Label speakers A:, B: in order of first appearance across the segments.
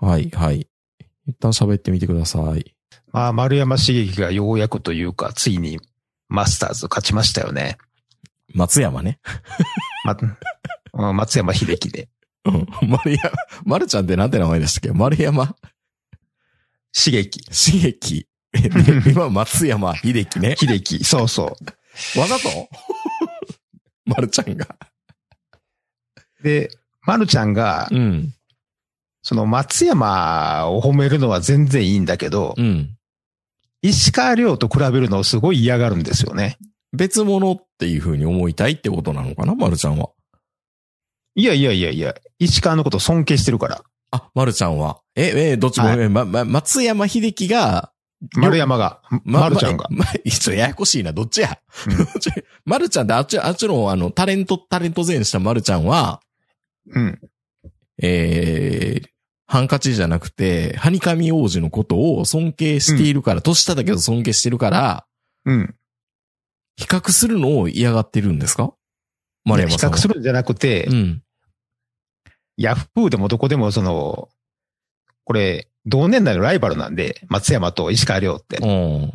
A: はい、はい。一旦喋ってみてください。
B: まあ、丸山茂樹がようやくというか、ついにマスターズ勝ちましたよね。
A: 松山ね。
B: ま、うん松山秀樹で。
A: うん。 丸山、丸ちゃんってなんて名前でしたっけ丸山、
B: 茂樹、
A: 茂樹。えで 今、松山、秀樹ね。
B: 秀樹、そうそ
A: わざと 丸ちゃんが。
B: う。で、丸ちゃんが、
A: ん。
B: その松山を褒めるのは全然いいんだけど、
A: うん。
B: 石川亮と比べるのをすごい嫌がるんですよね。
A: 別物っていう風に思いたいってことなのかな丸ちゃんは。
B: いやいやいやいや、石川のこと尊敬してるから。
A: あ、丸ちゃんは。え、え、どっちも、
B: はい
A: えま、ま、松山秀樹が、
B: 丸山が、
A: ま
B: 丸ちゃんが。
A: ま、ま一応ややこしいな。どっちや。
B: うん
A: ちょ丸ちゃんってあっち、あっちの、あの、タレント、タレント前した丸ちゃんは、
B: うん。
A: えー、ハンカチじゃなくて、ハニカミ王子のことを尊敬しているから、年下だけど尊敬してるから、
B: うん。
A: 比較するのを嫌がってるんですか丸
B: 比
A: 山さん
B: 較
A: は。
B: するんじゃなくて、
A: うん。
B: ヤフーでもどこでもその、これ、同年代のライバルなんで、松山と石川亮って。
A: うん。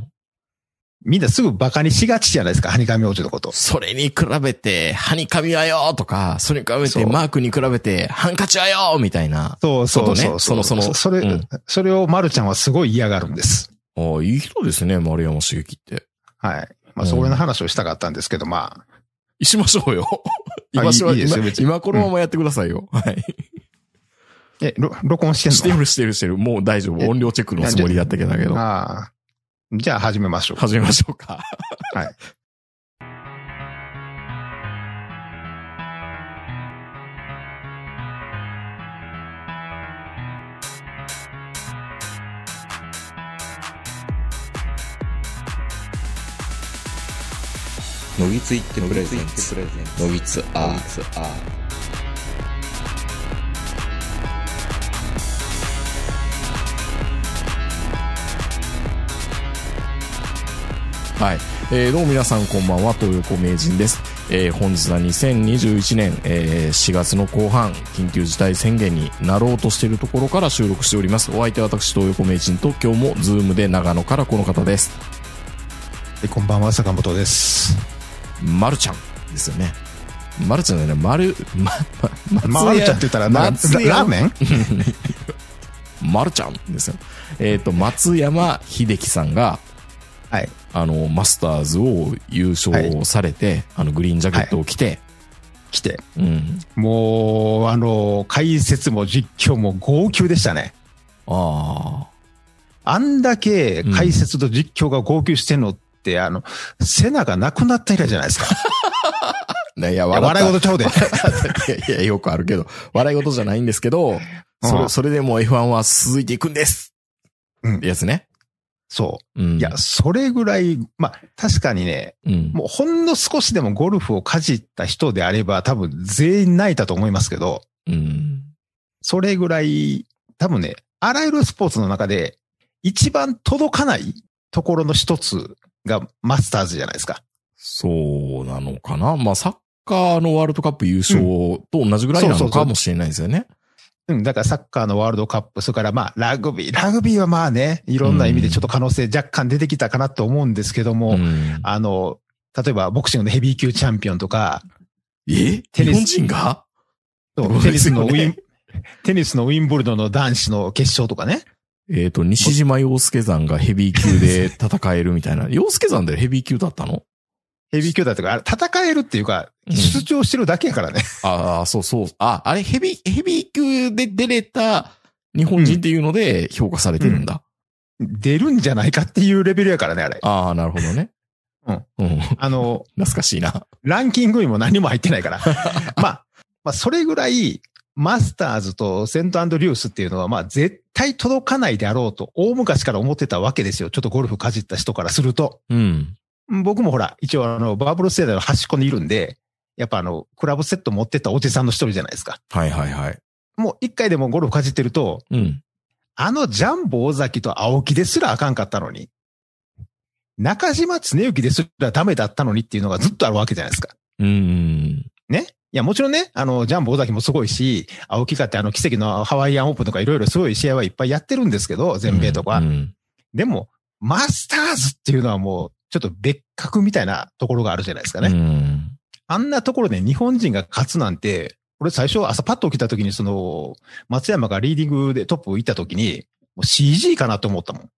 B: みんなすぐ馬鹿にしがちじゃないですか、ハニカミ王子のこと。
A: それに比べて、ハニカミはよーとか、それに比べ
B: そ
A: て、
B: う
A: マークに比べて、ハンカチはよーみたいな。
B: そうそうそう。
A: そうねそのその
B: それ、
A: うん
B: それを丸ちゃんはすごい嫌がるんです。
A: ああ、いい人ですね、丸山茂樹って。
B: はい。
A: う
B: まあ、
A: ん
B: そこらの話をしたかったんですけど、まあ、
A: しましょうよ。
B: あ
A: 今しま
B: いいいいですよ
A: 今
B: 別に
A: 今このままやってくださいよ。はい。
B: え、ろ録音してんの
A: してるしてるしてる。もう大丈夫。
B: え
A: 音量チェックのつもりだったけど。
B: ああ。じゃあ始めましょう。
A: 始めましょうか。
B: はい。
C: のぎついってプレゼンツのぎつアーツアー
A: はい。えーどうも皆さんこんばんは、東横名人です。えー本日は2021年、えー4月の後半、緊急事態宣言になろうとしているところから収録しております。お相手は私、東横名人と今日もズームで長野からこの方です。
B: でこんばんは、坂本です。
A: まるちゃんですよね。まるちゃんだよね。まる、ま、ま、
B: まあ、丸ちゃんって言ったらなんか、
A: 松
B: ラ
A: 屋
B: ラーメン
A: まるちゃんですよ。えっ、と、松山秀樹さんが、
B: はい。
A: あの、マスターズを優勝されて、あの、グリーンジャケットを着て、
B: 来て。
A: うん。
B: もう、あの、解説も実況も号泣でしたね。
A: あ
B: あんだけ解説と実況が号泣してんのって、あの、セナがなくなった以来じゃないですか。
A: あ。いや、
B: いや 笑い事ちゃうで。
A: 事。 いや、いや、よくあるけど、笑い事じゃないんですけど、それ、それでも F1 は続いていくんです。
B: うん
A: ってやつね。
B: そ
A: うん。
B: う。いや、それぐらい、まあ、確かにね、
A: うん。
B: もうほんの少しでもゴルフをかじった人であれば、多分全員泣いたと思いますけど、
A: うん。
B: それぐらい、多分ね、あらゆるスポーツの中で、一番届かないところの一つがマスターズじゃないですか。
A: そうなのかな。まあ、サッカーのワールドカップ優勝と同じぐらいな
B: そう
A: の
B: そうそう
A: かもしれないですよね。
B: うん、だからサッカーのワールドカップ、それからまあラグビー、ラグビーはまあね、いろんな意味でちょっと可能性若干出てきたかなと思うんですけども、
A: うん
B: あの、例えばボクシングのヘビー級チャンピオンとか、
A: え
B: テ
A: 日
B: ニス
A: 本人が
B: そうテニスのウィン、テニスのウィンブルドンの男子の決勝とかね。
A: えっ、と、西島洋介山がヘビー級で戦えるみたいな。洋介山でヘビー級だったの
B: ヘビー級だとか、あれ戦えるっていうか、
A: うん
B: 出場してるだけやからね。
A: ああ、そうそう。あ、あれヘビー、ヘビー級で出れた日本人っていうので評価されてるんだ。
B: 出るんじゃないかっていうレベルやからね、あれ。
A: ああ、なるほどね。
B: うん。
A: うん。
B: あの、
A: 懐かしいな。
B: ランキングにも何も入ってないから。まあ、まあ、それぐらい、マスターズとセントアンドリュースっていうのは、まあ、絶対届かないであろうと、大昔から思ってたわけですよ。ちょっとゴルフかじった人からすると。
A: うん。
B: 僕もほら、一応あの、バブル世代の端っこにいるんで、やっぱあの、クラブセット持ってったおじさんの一人じゃないですか。
A: はいはいはい。
B: もう一回でもゴルフかじってると、
A: うん。
B: あのジャンボ尾崎と青木ですらあかんかったのに、中島常幸ですらダメだったのにっていうのがずっとあるわけじゃないですか。
A: うん。
B: ね。いや、もちろんね、あの、ジャンボ尾崎もすごいし、青木かってあの、奇跡のハワイアンオープンとかいろいろすごい試合はいっぱいやってるんですけど、全米とか。
A: うんうん
B: でも、マスターズっていうのはもう、ちょっと別格みたいなところがあるじゃないですかね。
A: うん
B: あんなところで日本人が勝つなんて、俺最初朝パッと起きた時にその、松山がリーディングでトップ行った時に、もう CG かなと思った もん。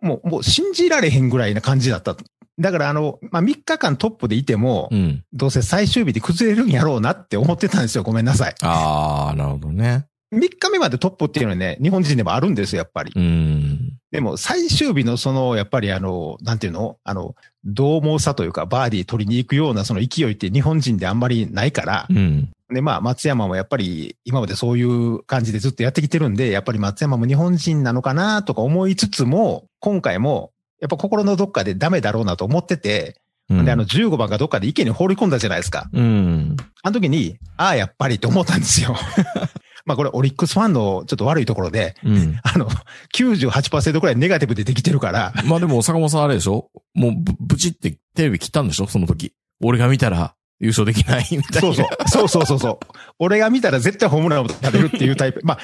B: もう、もう信じられへんぐらいな感じだった。だからあの、まあ、3日間トップでいても、
A: うん。
B: どうせ最終日で崩れるんやろうなって思ってたんですよ。ごめんなさい。
A: ああ、なるほどね。
B: 3日目までトップっていうのはね、日本人でもあるんですよ、やっぱり。
A: うん。
B: でも最終日のその、やっぱりあの、なんていうのあの、獰猛さというか、バーディー取りに行くようなその勢いって日本人であんまりないから
A: う、ん。
B: で、まあ、松山もやっぱり今までそういう感じでずっとやってきてるんで、やっぱり松山も日本人なのかなとか思いつつも、今回も、やっぱ心のどっかでダメだろうなと思ってて、
A: うん
B: で、あの、15番がどっかで池に放り込んだじゃないですか。
A: うん。
B: あの時に、ああ、やっぱりって思ったんですよ。 まあ、これオリックスファンのちょっと悪いところで、
A: うん。
B: あの、98%くらいネガティブでできてるから、
A: まあでも、坂本さんあれでしょもうぶ、ブチってテレビ切ったんでしょその時。俺が見たら優勝できないみたいな。
B: そうそう。 そうそうそうそう。俺が見たら絶対ホームランを食べるっていうタイプ。まあ、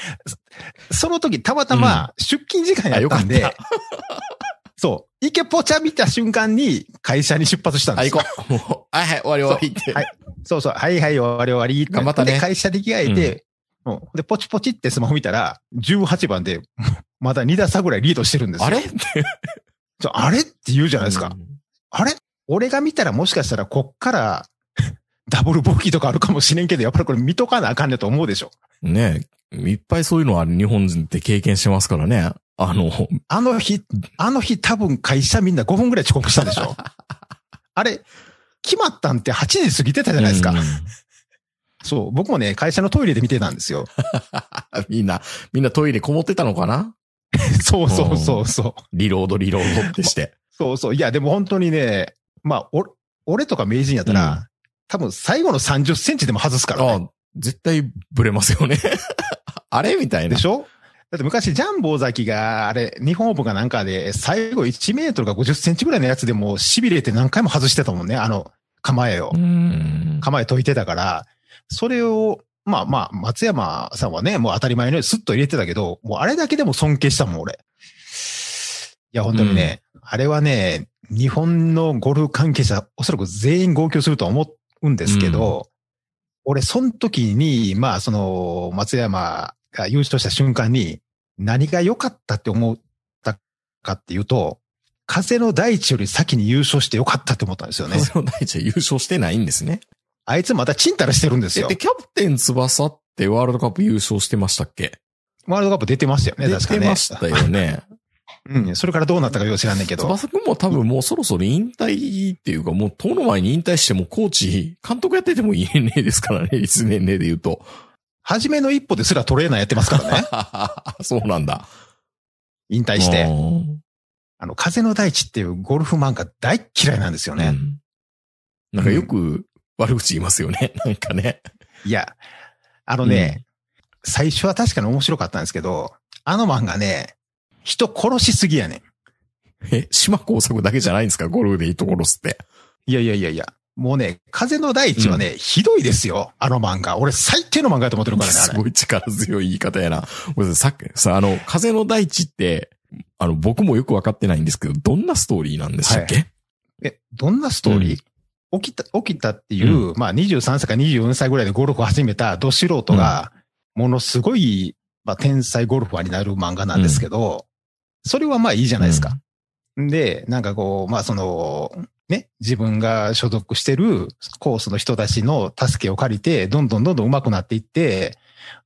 B: そその時たまたま出勤時間やったん
A: あ
B: で、
A: よかっ
B: そう。池ポチャ見た瞬間に会社に出発したん
A: あ、
B: です
A: 行
B: よ。
A: こう。もう、はいはい、終わり終わりって。
B: はいそうそう。はいはい、終わり終わりって。
A: 頑張ったね
B: で、会社で着替えて、うんで、ポチポチってスマホ見たら、18番で、まだ2打差ぐらいリードしてるんですよ。
A: あれっ
B: ち
A: て。
B: ょあれって言うじゃないですか。
A: うん
B: あれ俺が見たらもしかしたらこっから ダブルボギーとかあるかもしれんけど、やっぱりこれ見とかなあかんねと思うでしょ。
A: ねえ、いっぱいそういうのは日本人って経験してますからね。あの、
B: あの日、あの日多分会社みんな5分ぐらい遅刻したでしょ。 あれ、決まったんって8時過ぎてたじゃないですか。
A: うん
B: そう、僕もね、会社のトイレで見てたんですよ。
A: あ みんな、みんなトイレこもってたのかな
B: そうそうそうそう。
A: リロードリロードって して。
B: そうそう。いや、でも本当にね、まあ、俺、俺とか名人やったら、
A: うん
B: 多分最後の30センチでも外すから、ね。
A: あ絶対ブレますよね。 あれみたいな。
B: でしょだって昔、ジャンボ崎が、あれ、日本オープンかなんかで、最後1メートルか50センチぐらいのやつでも、痺れて何回も外してたもんね、あの、構えを
A: う。ん。
B: 構え解いてたから、それを、まあまあ、松山さんはね、もう当たり前のようにスッと入れてたけど、もうあれだけでも尊敬したもん、俺。いや、本当にね、あれはね、日本のゴルフ関係者、おそらく全員号泣すると思うんですけど、俺、その時に、まあ、その、松山が優勝した瞬間に、何が良かったって思ったかっていうと、風の大地より先に優勝して良かったって思ったんですよね。
A: その大地は優勝してないんですね。
B: あいつまたチンタラしてるんです
A: え
B: よ
A: で、。キャプテン翼ってワールドカップ優勝してましたっけ
B: ワールドカップ出てましたよね、
A: 出
B: 確かね。
A: てましたよね。
B: うん、それからどうなったかよう知らんねんけど。
A: 翼くんも多分もうそろそろ引退っていうか、もう遠の前に引退してもコーチ、監督やっててもいい年齢ですからね、1年 齢で言うと。
B: 初めの一歩ですらトレーナーやってますからね。
A: そうなんだ。
B: 引退して。
A: うん
B: あの、風の大地っていうゴルフ漫画大嫌いなんですよね。
A: うんなんかよく悪口言いますよね、 なんかね。
B: いや、あのね、最初は確かに面白かったんですけど、あの漫画ね、人殺しすぎやねん。
A: え、島工作だけじゃないんですか、ゴルフでいいところっすって。
B: いやいやいやいや。もうね、風の大地はね、ひどいですよ。あの漫画。俺最低の漫画だと思ってるからね、あ
A: す
B: れ。
A: ごい力強い言い方やな。ごめんなさいさっき、さ、あの、風の大地って、あの、僕もよくわかってないんですけど、どんなストーリーなんでしたっけ、
B: え、どんなストーリー、起きた、起きたっていう、まあ23歳か24歳ぐらいでゴルフを始めたド素人が、ものすごい、まあ天才ゴルファーになる漫画なんですけど、それはまあいいじゃないですか。で、なんかこう、まあその、ね、自分が所属してるコースの人たちの助けを借りて、どんどんどんどん上手くなっていって、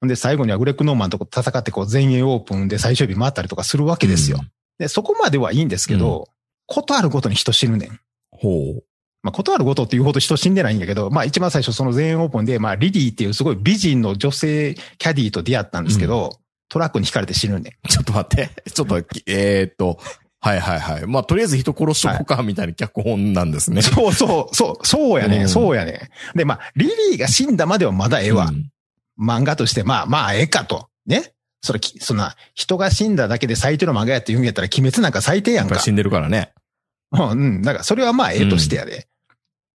B: で、最後にはグレッグ・ノーマンと戦って、こう、全英オープンで最終日回ったりとかするわけですよ。
A: うん
B: で、そこまではいいんですけど、ことあるごとに人死ぬねん。
A: ほう。
B: まあ、ことあるごとっていうほど人死んでないんだけど、まあ、一番最初その全英オープンで、まあ、リリーっていうすごい美人の女性キャディーと出会ったんですけど、トラックに引かれて死ぬねん。
A: ちょっと待って。ちょっと、きえーっと、はいはいはい。まあ、とりあえず人殺しとこうか、みたいな脚本なんですね。
B: そうそう、そう、そうやね、
A: うんん
B: そうやねん。で、まあ、リリーが死んだまではまだええわ
A: う。ん
B: 漫画として、まあまあ、ええかと。ね。それ、きそんな、人が死んだだけで最低の漫画やって言うんやったら、鬼滅なんか最低
A: な
B: や
A: んんか
B: か。
A: 死んでるからね。
B: うん、うん。だから、それはまあ、ええとしてやで。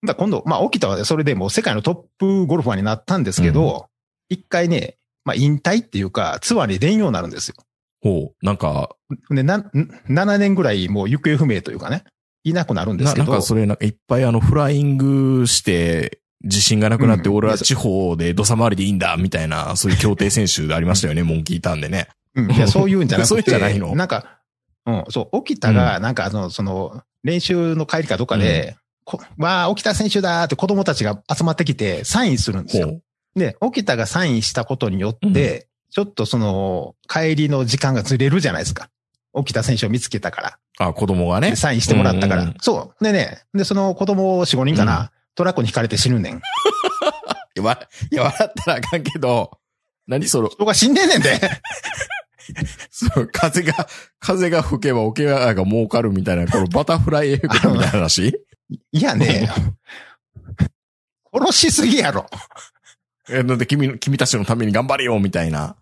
B: だから今度、まあ、沖田はそれでもう世界のトップゴルファーになったんですけど、一、回ね、まあ、引退っていうか、ツアーに出んようになるんですよ。
A: ほう、なんか、
B: で、な、7年ぐらいもう行方不明というかね、いなくなるんです
A: な
B: け
A: なん
B: ど、
A: かそれ、なんかいっぱいあの、フライングして、自信がなくなって、
B: うん
A: 俺は地方で土佐回りでいいんだ、みたいな、そういう協定選手ありましたよね、モンキーターンでね。
B: うん、いや、そういうんじゃなくて、
A: そういうんじゃないの
B: んか、うん、そう、沖田が、なんかあの、その、練習の帰りかどっかで、こわあ、沖田選手だーって子供たちが集まってきて、サインするんです
A: ほ
B: よ。
A: う。
B: で、沖田がサインしたことによって、ちょっとその、帰りの時間がずれるじゃないですか。沖田選手を見つけたから。
A: あ、子供がね
B: で。サインしてもらったから。
A: うんうん
B: そう。でね、で、その子供4、5人かな、
A: う
B: トラックに引かれて死ぬねん。
A: わ、いや、笑ったらあかんけど、何その、
B: 人が死んでんね んで。
A: その風が、風が吹けば桶屋が儲かるみたいな、このバタフライエフェクトみたいな話
B: いや ね、殺しすぎやろ。
A: え、なんで君、君たちのために頑張れよ、みたいな。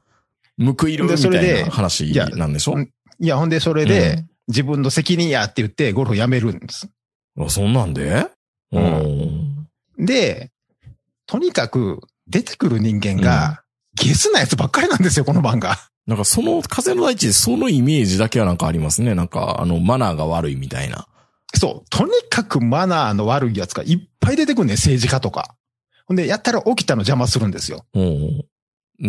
A: 報いるみ
B: で
A: た
B: それで
A: いな話
B: いや
A: なんでしょ
B: うんいや、ほんでそれで、自分の責任やって言ってゴルフやめるんです。
A: あそんなんで
B: う
A: うんん。
B: で、とにかく出てくる人間が、ゲスなやつばっかりなんですよ、この番が。
A: なんかその風の大地、そのイメージだけはなんかありますね。なんか、あの、マナーが悪いみたいな。
B: そう。とにかくマナーの悪いやつがいっぱい出てくるねん、政治家とか。ほんで、やったら起きたの邪魔するんですよ。
A: うん。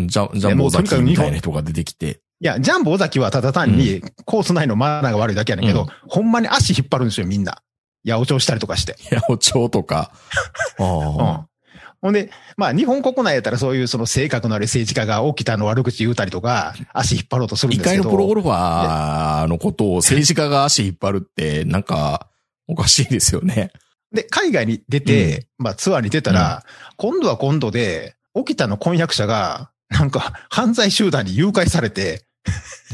A: ジャジャンボザキみたいな人が出てきて。
B: いや、ジャンボ尾崎はただ単にコース内のマナーが悪いだけやねんけ
A: う
B: ど、
A: ん
B: ほんまに足引っ張るんですよ、みんな。八百長したりとかして。
A: 八百長と か。
B: う
A: ああ
B: ん。ほんで、まあ、日本国内やったらそういうその性格のある政治家が起きたの悪口言うたりとか、足引っ張ろうとするん
A: 一
B: です
A: 回
B: け
A: の
B: ど。
A: プロゴルファーのことを政治家が足引っ張るって、なんか、おかしいですよ ね。
B: で、海外に出て、まあツアーに出たら、今度は今度で、沖田の婚約者が、なんか犯罪集団に誘拐されて、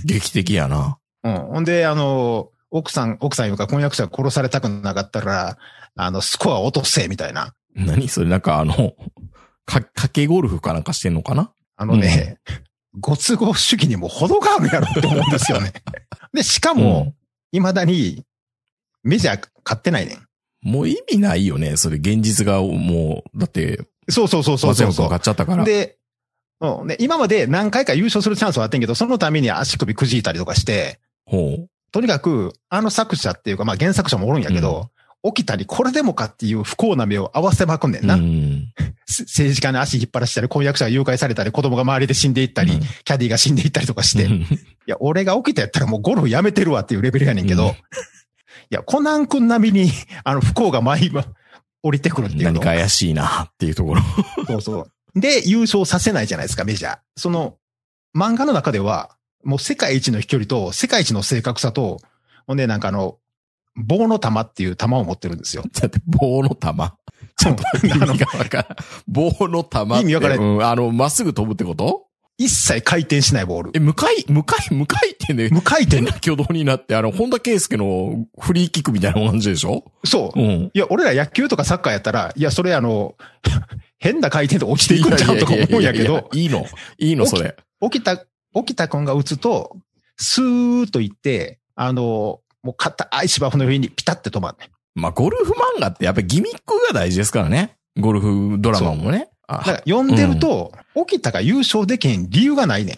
A: 劇的やな。
B: うん。ほんで、あの、奥さん、奥さんいうか婚約者が殺されたくなかったら、あの、スコア落とせ、みたいな。
A: 何それなんかあの、 か、賭けゴルフかなんかしてんのかな
B: あのね、ご都合主義にも程があるやろって思うんです よね。で、しかも、未だに、メジャー買ってないねん。
A: うん、もう意味ないよね。それ現実がもう、だって、
B: そうそうそうそう
A: 松
B: そう
A: 山君
B: そ
A: が買っちゃったから。
B: う。で、うん、で今まで何回か優勝するチャンスはあってんけど、そのために足首くじいたりとかして、
A: ほう。
B: とにかく、あの作者っていうか、まあ原作者もおるんやけど、起きたりこれでもかっていう不幸な目を合わせまくんねんな。
A: うん。
B: せ政治家に足引っ張らしたり、婚約者が誘拐されたり、子供が周りで死んでいったり、
A: うん
B: キャディーが死んでいったりとかして、
A: う
B: い
A: ん
B: や、俺が起きたやったらもうゴルフやめてるわっていうレベルやねんけ
A: う
B: ど、
A: ん
B: いや、コナン君並みに、あの、不幸が舞いま降りてくるっていう
A: 何
B: の
A: か。怪しいなっていうところ。
B: そうそう。で、優勝させないじゃないですか、メジャー。その、漫画の中では、もう世界一の飛距離と、世界一の正確さと、ほんで、なんかあの、棒の玉っていう玉を持ってるんですよ。
A: だって棒の 玉。 ちょっと意味がわからん。棒の玉って。
B: 意味わからん
A: うんあの、まっすぐ飛ぶってこと
B: 一切回転しないボール。
A: え、向かい、向かい、向かいって ね、
B: 無回
A: 変
B: 転。
A: な挙動になって、あの、本田圭介のフリーキックみたいな感じでしょ
B: そう。
A: うん。
B: いや、俺ら野球とかサッカーやったら、いや、それあの、 変な回転で落ちていくんちゃうとか思うんや
A: いやいや
B: けど、
A: いやいいの。いいの、それ。
B: 起きた、起きた君が打つと、スーッといって、あの、もう硬い芝生の上にピタって止まるね。
A: まあ、ゴルフ漫画ってやっぱりギミックが大事ですからね。ゴルフドラマもね。あ
B: だから、読んでると、起きたが優勝できへん理由がないね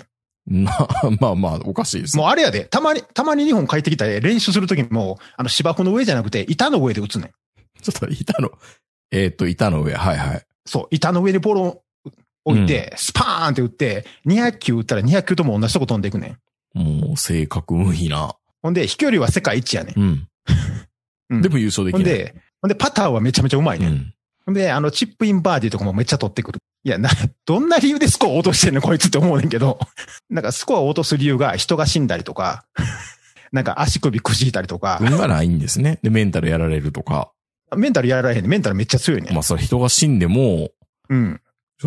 B: ん。
A: まあまあまあ、おかしいです。
B: もうあれやで、たまに、たまに日本帰ってきたら練習するときも、あの芝生の上じゃなくて、板の上で打つねん。
A: ちょっと板の、えっ、と、板の上、はいはい。
B: そう、板の上にボールを置いて、スパーンって打って、200球打ったら200球とも同じとこ飛んでいくねん。
A: もう、性格無比な。
B: ほんで、飛距離は世界一やねん。
A: うん。
B: うん
A: でも優勝でき
B: ほ
A: なんい。
B: で、ほんで、パターはめちゃめちゃうまいうねん。
A: ん。
B: ほんで、あの、チップインバーディーとかもめっちゃ取ってくる。いや、な、どんな理由でスコアを落としてんのこいつって思うねんけど、 なんかスコアを落とす理由が人が死んだりとか、 なんか足首くじいたりとか、
A: 運がないんですね。で、メンタルやられるとか。
B: メンタルやられへんねんメンタルめっちゃ強いねん。
A: まあ、それ人が死んでも、
B: うん。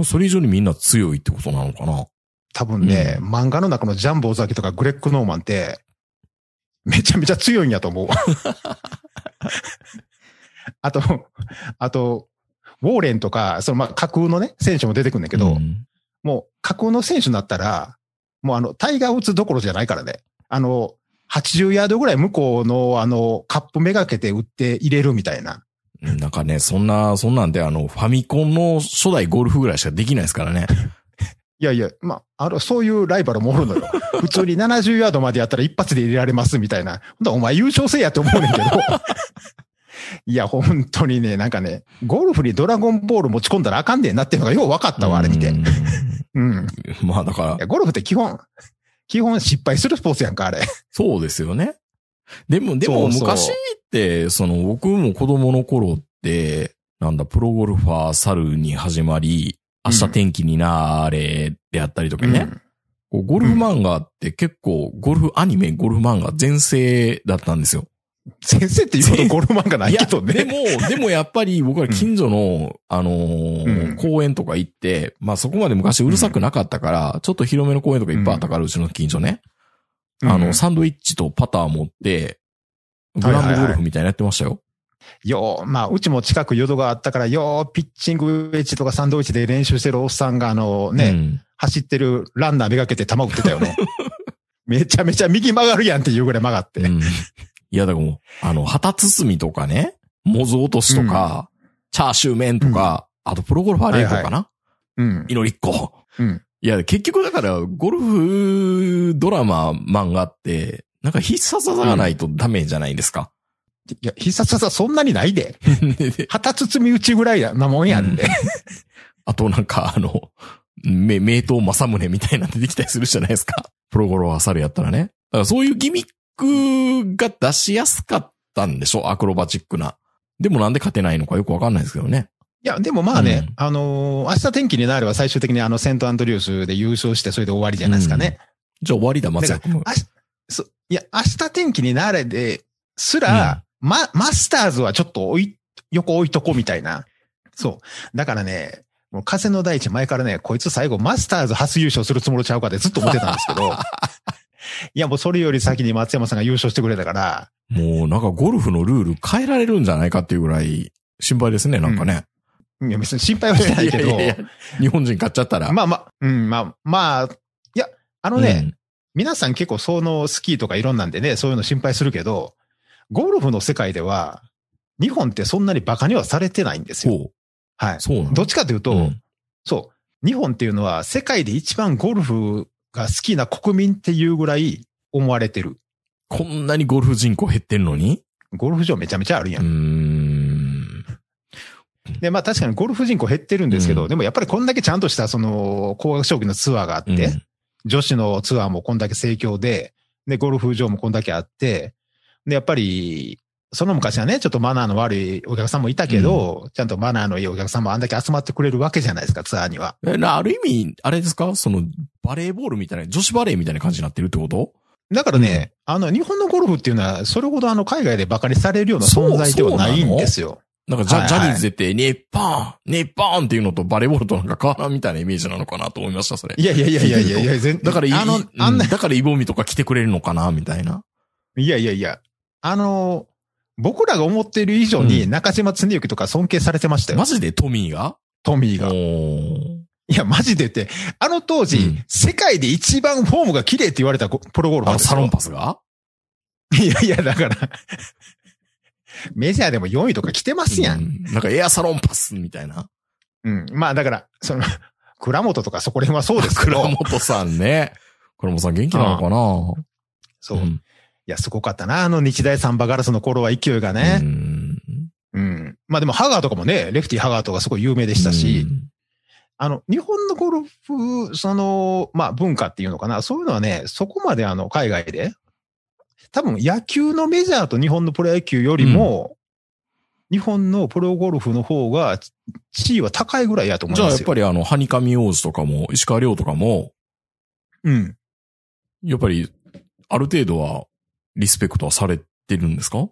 A: それ以上にみんな強いってことなのかな。
B: 多分ね、漫画の中のジャンボ尾崎とかグレッグ・ノーマンって、めちゃめちゃ強いんや と思う。あと、あと、ウォーレンとか、そのまあ架空のね、選手も出てくるんだけ
A: う
B: ど、
A: ん
B: もう架空の選手になったら、もうあの、タイガー打つどころじゃないからね。あの、80ヤードぐらい向こうのあの、カップめがけて打って入れるみたいな。
A: なんかね、そんな、そんなんで、あの、ファミコンの初代ゴルフぐらいしかできないですからね。
B: いやいや、まあ、あの、そういうライバルもお るのよ。普通に70ヤードまでやったら一発で入れられますみたいな。ほんとお前優勝せえやって思うねんけど。 いや、本当にね、なんかね、ゴルフにドラゴンボール持ち込んだらあかんねんなっていうのがよう分かったわ、あれ見て
A: う。ん。
B: うん。い
A: まあだから、
B: や、ゴルフって基本、基本失敗するスポーツやんか、あれ。
A: そうですよね。でも、でも
B: そうそう
A: 昔って、その僕も子供の頃って、なんだ、プロゴルファー猿に始まり、明日天気になーれであったりとかね、こうゴルフ漫画って結構、ゴルフアニメ、ゴルフ漫画全盛だったんですよ。
B: 先生って言うほどゴルフマンがないけど
A: で
B: ね。
A: も、でもやっぱり僕は近所の、あのー
B: うん
A: 公園とか行って、まあそこまで昔うるさくなかったから、ちょっと広めの公園とかいっぱいあったから、うちの近所ね。あ
B: う
A: の、
B: ん
A: サンドイッチとパター持って、グランドゴルフみたいなのやってましたよ。
B: よう、まあ、うちも近く淀があったから、よう、ピッチングウェッジとかサンドウェッジで練習してるおっさんが、あの、ね、
A: うん
B: 走ってるランナーめがけて球打ってたよね。 めちゃめちゃ右曲がるやんっていうぐらい曲がって。
A: うん。いや、だからもう、あの、旗包みとかね、モズ落としとか、チャーシュー麺とか、あとプロゴルファーレイコかな、
B: うん。
A: 祈りっ子。
B: うん。
A: いや、結局だから、ゴルフドラマ、漫画って、なんか必殺技がないとダメじゃないですか。
B: いや、必殺技そんなにないで。
A: で
B: 旗包み打ちぐらいなもんやんで。
A: あとなんか、あ の、め、名刀正宗みたいなの出てきたりするじゃないですか。プロゴルファー猿やったらね。だからそういうギミックが出しやすかったんでしょアクロバチックな。でもなんで勝てないのかよくわかんないですけどね。
B: いや、でもまあね、
A: うん
B: あのー明日天気になれば最終的にあの、セントアンドリュースで優勝して、それで終わりじゃないですかね。
A: じゃあ終わりだ、松崎君。
B: あそいや、明日天気になれですら、ま、マスターズはちょっと置い、横置いとこみたいな。そう。だからね、もう風の大地前からね、こいつ最後マスターズ初優勝するつもりちゃうかってずっと思ってたんです けど、いやもうそれより先に松山さんが優勝してくれたから、
A: もうなんかゴルフのルール変えられるんじゃないかっていうぐらい心配ですね、なんかね。
B: いや別に心配はしてないけど、
A: いやいやいや 日本人買っちゃったら。
B: まあまあ、うん、まあ、まあ、いや、あ
A: あ
B: のね、皆さん結構そのスキーとかいろんなんでね、そういうの心配するけど、ゴルフの世界では、日本ってそんなに馬鹿にはされてないんですよ。
A: そう。
B: はい。
A: そうなの
B: どっちかというと、
A: うん
B: そう、日本っていうのは世界で一番ゴルフが好きな国民っていうぐらい思われてる。
A: こんなにゴルフ人口減ってんのに
B: ゴルフ場めちゃめちゃある
A: う
B: や
A: ー
B: ん。
A: ん。
B: で、まあ確かにゴルフ人口減ってるんですけど、
A: うん
B: でもやっぱりこんだけちゃんとしたその高額賞金のツアーがあって、
A: うん
B: 女子のツアーもこんだけ盛況で、で、ゴルフ場もこんだけあって、で、やっぱり、その昔はね、ちょっとマナーの悪いお客さんもいたけど、ちゃんとマナーのいいお客さんもあんだけ集まってくれるわけじゃないですか、ツアーには。
A: えなある意味、あれですかその、バレーボールみたいな、女子バレーみたいな感じになってるってこと
B: だからね、あの、日本のゴルフっていうのは、それほどあの、海外で馬鹿にされるような存在ではないんですよ。
A: なんかジャ、
B: はいはい
A: ジャニーズ出て、ネッパーンネッパーンっていうのとバレーボールとなんか変わらんみたいなイメージなのかなと思いました、それ。
B: いやいやいやいやい やいや、全
A: だから、い
B: あの
A: い、
B: あんな
A: う、だからイボミとか来てくれるのかな、みたいな。
B: いやいやいや、あの、僕らが思っている以上に、
A: う
B: 中島恒之とか尊敬されてましたよ、
A: マジでトミーが
B: トミーが
A: お。ー
B: いや、マジでって、あの当時、
A: うん
B: 世界で一番フォームが綺麗って言われたゴプロゴルフ
A: あ
B: ァ
A: の、
B: ーですよ
A: サロンパスが
B: いやいや、だから、メジャーでも4位とか来てますや。
A: うんんなんかエアサロンパスみたいな。
B: うん。まあだから、その、倉本とかそこら辺はそうですけ
A: 倉
B: ど、
A: 本さんね。倉本さん元気なのかな
B: そう。
A: う
B: い
A: ん
B: や、すごかったな。あの日大サンバガラスの頃は勢いが
A: う
B: ね。
A: ん
B: うん。まあでも、ハガーとかもね、レフティーハガーとかすごい有名でしたし、
A: うん
B: あの、日本のゴルフ、その、まあ文化っていうのかな、そういうのはね、そこまであの、海外で、多分野球のメジャーと日本のプロ野球よりも、日本のプロゴルフの方が、地位は高いぐらいやと思い
A: じゃあ
B: ま
A: や
B: す
A: っ
B: よ。
A: ぱりあの、ハニカミ王子とかも、石川亮とかも、
B: うん。
A: やっぱり、ある程度は、リスペクトはされてるんですか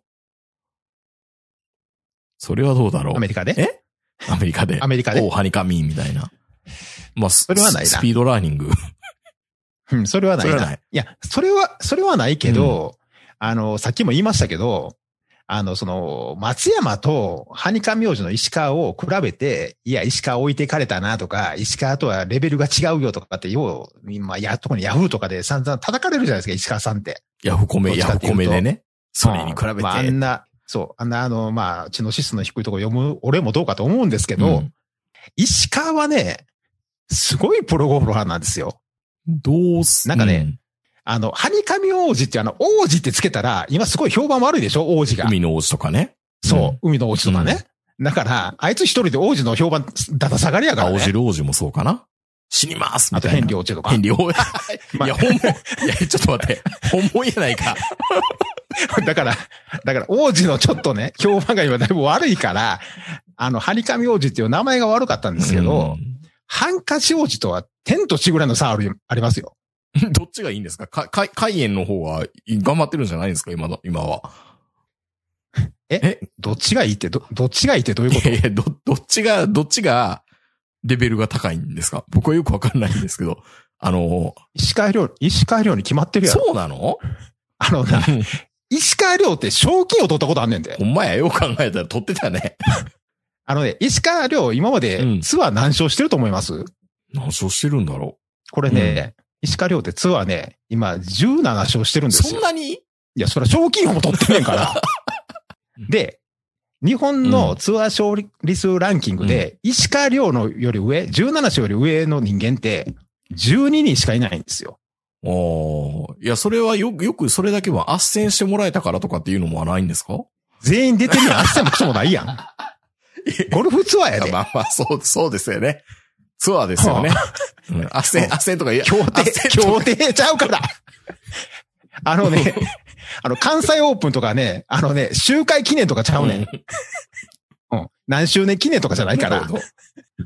A: それはどうだろう
B: アメリカで。
A: えアメリカで。
B: アメリカで
A: おう、ハニカミーみたいな。まあ、そ
B: れはないな
A: スピードラーニング。
B: うん、それはない
A: そ
B: な。
A: れはない
B: いや、それは、それはないけど、あの、さっきも言いましたけど、あの、その、松山と、ハニカ明治の石川を比べて、いや、石川置いてかれたなとか、石川とはレベルが違うよとかって、よう、今、や、特にヤフーとかで散々叩かれるじゃないですか、石川さんって。
A: ヤフコメ、
B: どっち
A: ヤ
B: か
A: フ
B: っていう
A: コ
B: と
A: メでね。それに比べて。
B: まあ、あんな、そう、あんな、あの、まあ、知能指数の低いところ読む、俺もどうかと思うんですけど、
A: うん
B: 石川はね、すごいプロゴルファーなんですよ。
A: どうす
B: なんかね、あの、ハニカミ王子っていうあの、王子ってつけたら、今すごい評判悪いでしょ王子
A: うん
B: が。
A: 海の王子とかね。
B: そう、海の王子とかね。だから、あいつ一人で王子の評判、だだ下がりやから、
A: 青
B: ね。
A: 汁王子もそうかな。死にます
B: あ
A: み
B: と、
A: たい
B: ヘン
A: な
B: リ。ー王子とか。
A: ヘンリー王子。
B: まあ
A: いや、本物。いや、ちょっと 待って。本物やないか。
B: だから、だから王子のちょっとね、評判が今だいぶ悪いから、あの、ハニカミ王子っていう名前が悪かったんですけど、ハンカチ王子とは天と地ぐらいの差ある、ありますよ。
A: うん どっちがいいんですかか、か、海縁の方は頑張ってるんじゃないんですか今の、今は。
B: どっちがいいって、ど、どっちがいいってどういうこ
A: いやいや、ど、どっちが、どっちが、レベルが高いんですか僕はよくわかんないんですけど。あの、
B: と石川遼、石川遼に決まってるやろ。
A: そうなの
B: あのな、石川遼って賞金を取ったことあんねんで
A: ほ。んまや、よう考えたら撮ってたね。
B: あのね、石川遼今ま
A: う
B: で
A: ん
B: ツアー何勝してると思います
A: 何勝してるんだろ
B: これね、石川遼ってツアーね、今17勝してるん
A: う。
B: です
A: そ
B: よ
A: ん。なに
B: いや、それは賞金王も取ってんね んから。で、日本のツアー勝利数ランキングで、石川遼のより上、17勝より上の人間って、12人しかいないんですよ。
A: おーいや、それはよく、よくそれだけは斡旋してもらえたからとかっていうのもないんですか
B: 全員出てみな、あっさもくそもない やん。ゴルフツアーやで。
A: まあまあ、そう、そうですよね。ツアーですよね。うんあっせん、あっせんとか、いや、
B: 協
A: あっ
B: 定
A: せ、んとか
B: 協定ちゃうから。あの ね、あの、関西オープンとかね、あのね、周回記念とかちゃうねん。うん。何周年記念とかじゃないか
A: な
B: ら
A: る。ほど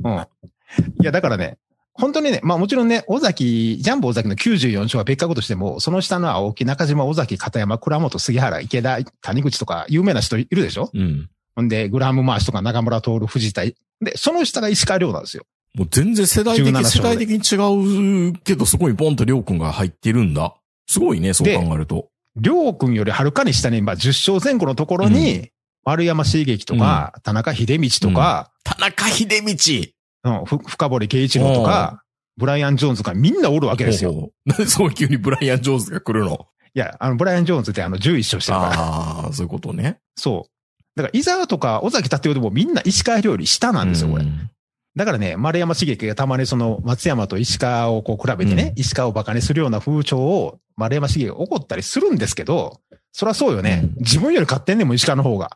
B: うん。いや、だからね、本当にね、まあもちろんね、尾崎、ジャンボ尾崎の94勝は別格としても、その下の青木、中島、尾崎、片山、倉本、杉原、池田、谷口とか有名な人いるでしょ
A: うん。
B: ほんで、グラム・マーシュとか中村徹、藤田。で、その下が石川亮なんですよ。
A: もう全然世代的
B: 17
A: に、世
B: 勝
A: 代的に違うけど、そこにポンとりょうくんが入ってるんだ。すごいね、そう考えると。
B: 亮君よりはるかに下に、まあ10勝前後のところに、丸山茂樹とか、田中秀道とか、
A: 田中秀道
B: うんふ深堀圭一郎とか、ブライアン・ジョーンズとかみんなおるわけですよ。
A: ほうほうなんでそう急にブライアン・ジョーンズが来るの
B: いや、あの、ブライアン・ジョーンズってあの11勝してるから。
A: ああ、そういうことね。
B: そう。だから、伊沢とか尾崎達夫でもみんな石川遼より下なんですよ、これ。
A: うん
B: だからね、丸山茂樹がたまにその松山と石川をこう比べてね、石川を馬鹿にするような風潮を丸山茂樹が怒ったりするんですけど、そりゃそうよね。
A: うん
B: 自分より勝ってんねんもん、石川の方が。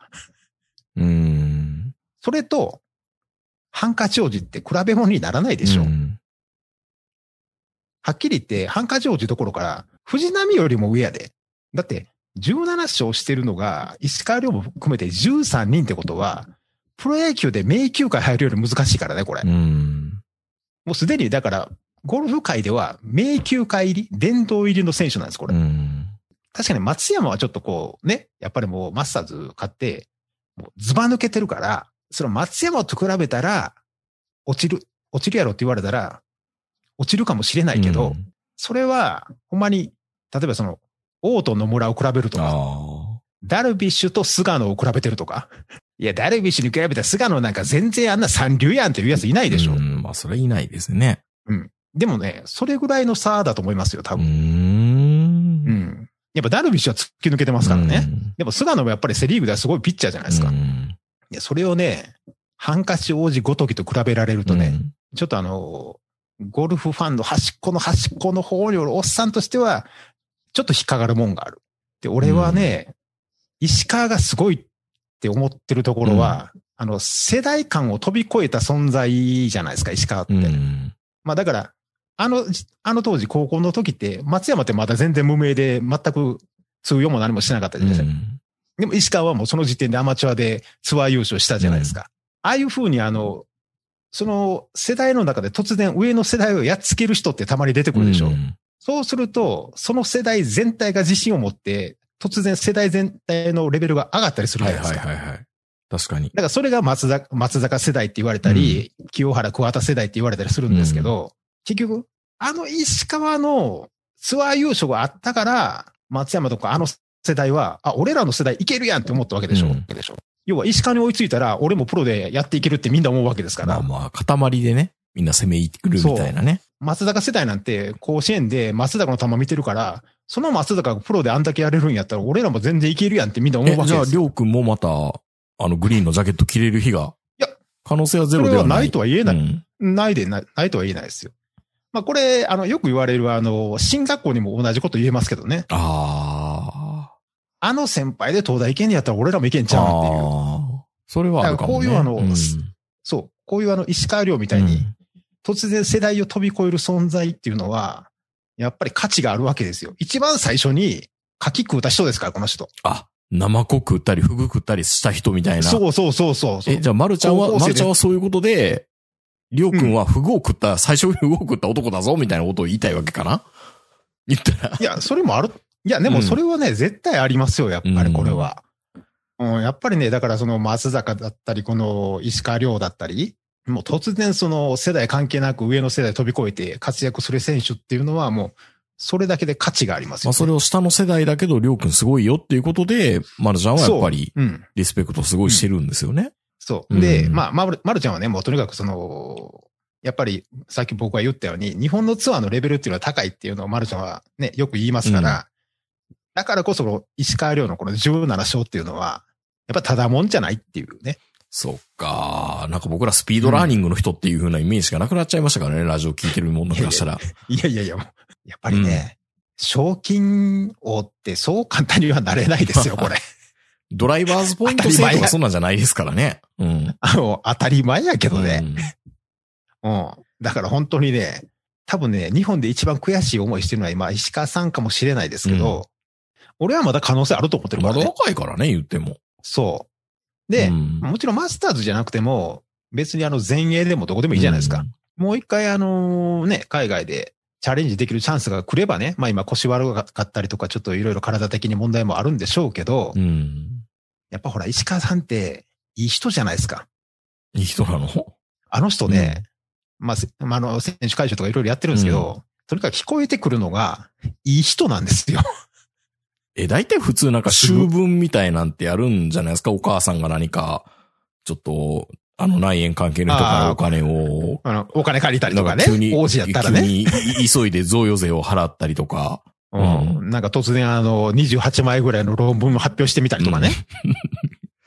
A: うん。
B: それと、ハンカチ王子って比べ物にならないでしょ。
A: うん
B: はっきり言って、ハンカチ王子どころから、藤波よりも上やで。だって、17勝してるのが、石川遼も含めて13人ってことは、プロ野球で名球会入るより難しいからね、これ。
A: うん。
B: もうすでに、だから、ゴルフ界では、名球会入り、殿堂入りの選手なんです、こ
A: う
B: れ。
A: ん。
B: 確かに松山はちょっとこう、ね、やっぱりもうマスターズ買って、もうズバ抜けてるから、その松山と比べたら、落ちる、落ちるやろって言われたら、落ちるかもしれないけど、
A: うん、
B: それは、ほんまに、例えばその、王と野村を比べると
A: あ
B: か、
A: あ。
B: ダルビッシュと菅野を比べてるとか、 いや、ダルビッシュに比べたら菅野なんか全然あんな三流やんっていうやついないでしょ。
A: うん、まあ、それいないですね。
B: でもね、それぐらいの差だと思いますよ、多
A: う
B: 分。
A: ん
B: うん。。やっぱダルビッシュは突き抜けてますからね。でも菅野もやっぱりセリーグではすごいピッチャーじゃないですか。
A: う
B: い
A: ん。
B: や、それをね、ハンカチ王子ごときと比べられるとね、ちょっとあの、ゴルフファンの端っこの端っこの方におるおっさんとしては、ちょっと引っかかるもんがある。で、俺はね、石川がすごいって思ってるところは、あの、世代間を飛び越えた存在じゃないですか、石川って。
A: うん。うん。
B: まあだから、あの、あの当時高校の時って、松山ってまだ全然無名で、全く通用も何もしなかったじゃないですか。でも石川はもうその時点でアマチュアでツアー優勝したじゃないですか。ああいうふうにあの、その世代の中で突然上の世代をやっつける人ってたまに出てくるでしょ。
A: うん
B: そうすると、その世代全体が自信を持って、突然世代全体のレベルが上がったりするじ
A: は
B: ゃ
A: い
B: ないで
A: はい
B: すか。
A: はいはい。確かに。
B: だからそれが松坂松坂世代って言われたり、清原桑田世代って言われたりするんですけど、結局、あの石川のツアー優勝があったから、松山とかあの世代は、あ、俺らの世代いけるやんって思ったわけでしょ。
A: うん
B: でしょ要は石川に追いついたら、俺もプロでやっていけるってみんな思うわけですから、
A: まあまあ、塊でね、みんな攻め入ってくるみたいなね。
B: 松坂世代なんて甲子園で松坂の球見てるから、その松坂がプロであんだけやれるんやったら、俺らも全然いけるやんってみんな思
A: え
B: うわけ
A: じゃあ、
B: です
A: り
B: よ。
A: ょうくんもまた、あの、グリーンのジャケット着れる日が、
B: いや、
A: 可能性はゼ
B: そ
A: ロ
B: れ
A: で
B: は
A: はない。
B: ないとは言えない。
A: うん
B: ないでない、ないとは言えないですよ。まあこれ、あの、よく言われる、あの、新学校にも同じこと言えますけどね。
A: あ
B: あの先輩で東大行けんやったら俺らも行けん
A: ー
B: ちゃうんっていう。
A: あーそれはあるかも、ね。
B: だからこういうあの
A: ん
B: そう。こういうあの、石川遼みたいに、突然世代を飛び越える存在っていうのは、やっぱり価値があるわけですよ。一番最初に、柿食うた人ですから、この人。
A: あ、生子食ったり、フグ食ったりした人みたいな。
B: そうそうそうそうそう。
A: え、じゃあ、まるちゃん
B: 高
A: は、
B: 校生で
A: まるちゃんはそういうことで、りょうくんはフグを食った、最初にフグを食った男だぞ、みたいなことを言いたいわけかな言ったら。
B: いや、それもある。いや、で
A: う
B: も
A: ん
B: それはね、絶対ありますよ、やっぱりこれは。うん、やっぱりね、だからその松坂だったり、この石川遼だったり、もう突然その世代関係なく上の世代飛び越えて活躍する選手っていうのはもう、それだけで価値があります
A: ま
B: よ、
A: あ、それを下の世代だけど、りょうくんすごいよっていうことで、まるちゃんはやっぱり、
B: うん。
A: リスペクトすごいしてるんですよね。
B: そう。で、
A: うん
B: まあ、まる、まるちゃんはね、もうとにかくその、やっぱり、さっき僕が言ったように、日本のツアーのレベルっていうのは高いっていうのをまるちゃんはね、よく言いますから、だからこそこの、石川遼のこの17勝っていうのは、やっぱただもんじゃないっていうね。
A: そっかなんか僕らスピードラーニングの人っていう風なイメージがなくなっちゃいましたからね、ラジオ聞いてるもんだからしたら。
B: いやいやいや、もうやっぱりね、賞金王ってそう簡単にはなれないですよ、これ。
A: ドライバーズポイント制とかそんなんじゃないですからね。うん。
B: あの、当たり前やけど
A: う
B: ね。
A: ん
B: うん。だから本当にね、多分ね、日本で一番悔しい思いしてるのは今、石川さんかもしれないですけど、俺はまだ可能性あると思ってるか
A: ま
B: ら
A: だ
B: ね。
A: 若いからね、言っても。
B: そう。で
A: う、ん
B: もちろんマスターズじゃなくても、別にあの前衛でもどこでもいいじゃないですか。。もう一回あのね、海外でチャレンジできるチャンスが来ればね、まあ今腰悪かったりとかちょっといろいろ体的に問題もあるんでしょうけど、
A: うんうん。
B: やっぱほら石川さんっていい人じゃないですか。
A: いい人なの
B: あの人ね、まあせまあ、あの、選手会長とかいろいろやってるんですけど、とにかく聞こえてくるのがいい人なんですよ。
A: え、大体普通なんか
B: すご
A: 修文みたいなんてやるんじゃないですかお母さんが何か、ちょっと、あの内縁関係の人からお金を、
B: あの、お金借りたり
A: な
B: と
A: ん
B: か
A: か
B: ね
A: 急に、、
B: 王子やったらね。
A: 急に急いで 贈与税を払ったりとか。
B: うんなんか突然あの、28枚ぐらいの論文を発表してみたりとかね。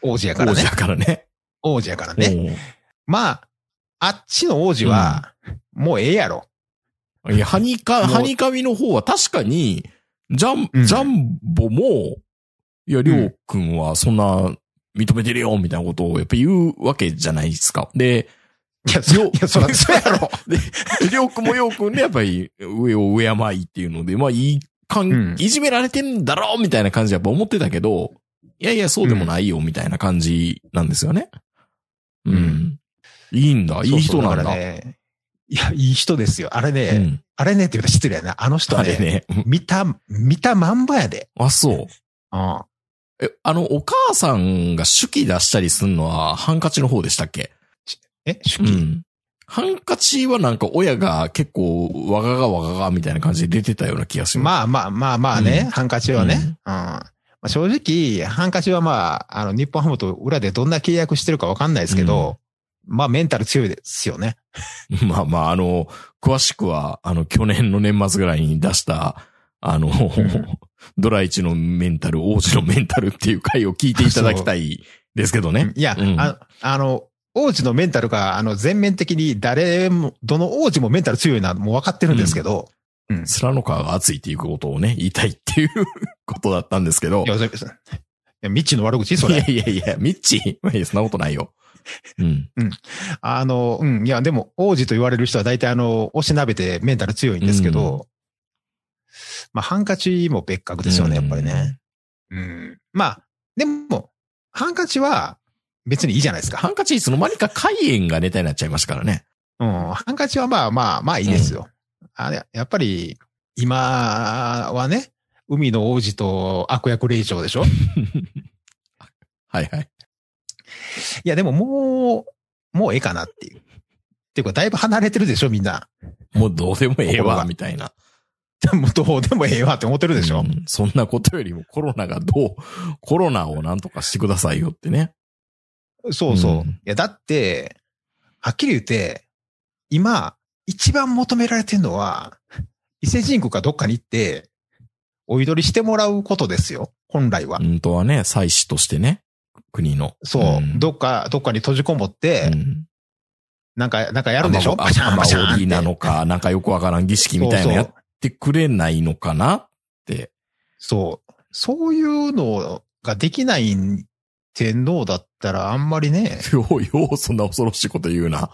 B: 王子やから
A: 王子
B: ね
A: だ。からね。
B: 王子やからね。
A: うん
B: まあ、あっちの王子は、もうええやろ。
A: いや、ハニカ、
B: もう
A: ハニカミの方は確かに、ジャン、
B: うん
A: ジャンボも、いや、りょうくんはそんな、認めてるよ、みたいなことをやっぱ言うわけじゃないですか。で、
B: いや、そ
A: よ
B: いや、そ ら、 そうやろ。
A: でりょうくんもようくんで、やっぱり、上を上甘いっていうので、まあ、いいかん、
B: うん
A: いじめられてんだろうみたいな感じでやっぱ思ってたけど、いやいや、そうでもないよ、みたいな感じなんですよね。うん。
B: うん
A: いいんだ、いい人なんだ。
B: そうそうからね。いや、いい人ですよ。あれね、
A: うん。
B: あれねって言うと失礼やな。あの人
A: あ
B: は
A: れ
B: ね、
A: ね。
B: 見た、見たまんまやで。
A: あ、そう。
B: うん。
A: え、あの、お母さんが手記出したりするのは、ハンカチの方でしたっけ
B: え、手
A: う
B: 記、
A: ん。ハンカチはなんか親が結構、わががわががみたいな感じで出てたような気がします。
B: まあまあまあまあね、
A: うん
B: ハンカチはね。うん。まあ、正直、ハンカチはまあ、あの、日本ハムと裏でどんな契約してるかわかんないですけど、まあメンタル強いですよね。
A: まあまあ、あの、詳しくは、あの、去年の年末ぐらいに出した、あの、
B: ん
A: ドライチのメンタル、王子のメンタルっていう回を聞いていただきたいですけどね。
B: いや、
A: うん
B: ああの、王子のメンタルが、あの、全面的に誰も、どの王子もメンタル強いのはもう分かってるんですけど、
A: スラノカが熱いっていうことをね、言いたいっていうことだったんですけ ど。
B: いや、それ、それいやミッチーの悪口そ
A: いや
B: れ。
A: いやいや、ミッチー、いやそんなことないよ。うん。
B: あの、うん、いや、でも、王子と言われる人は大体、あの、おしなべてメンタル強いんですけど、まあ、ハンカチも別格ですよね、やっぱりね。うん。まあ、でも、ハンカチは別にいいじゃないです
A: ハ
B: か。
A: ンカチいつの間にか海炎がネタになっちゃいましたから ね。
B: うん、ハンカチはまあまあ、まあいいですよ。あれ、やっぱり、今はね、海の王子と悪役霊長でしょ
A: はいはい。
B: いや、でももう、もうええかなっていう。っていうか、だいぶ離れてるでしょ、みんな。
A: もうどうでもええ
B: 心
A: わ、
B: が
A: みたいな。
B: もうどうでもええわって思ってるでしょ。
A: うんそんなことよりもコロナがどう、コロナをなんとかしてくださいよってね。
B: そうそ
A: う
B: う。
A: ん
B: いや、だって、はっきり言って、今、一番求められてるのは、伊勢神宮かどっかに行って、お祈りしてもらうことですよ。本来は。
A: 本当はね、祭祀としてね、国の。
B: そう、
A: ん
B: どっか、どっかに閉じこもって、
A: うん
B: なんか、なんかやるんでしょ
A: 雨
B: バシャンバシャン
A: 雨
B: っ
A: 織
B: て
A: りなのか、なんかよくわからん儀式みたいなのやってくれないのかなって。
B: そう。そういうのができない天皇だったらあんまりね。
A: よう、よう、そんな恐ろしいこと言うな。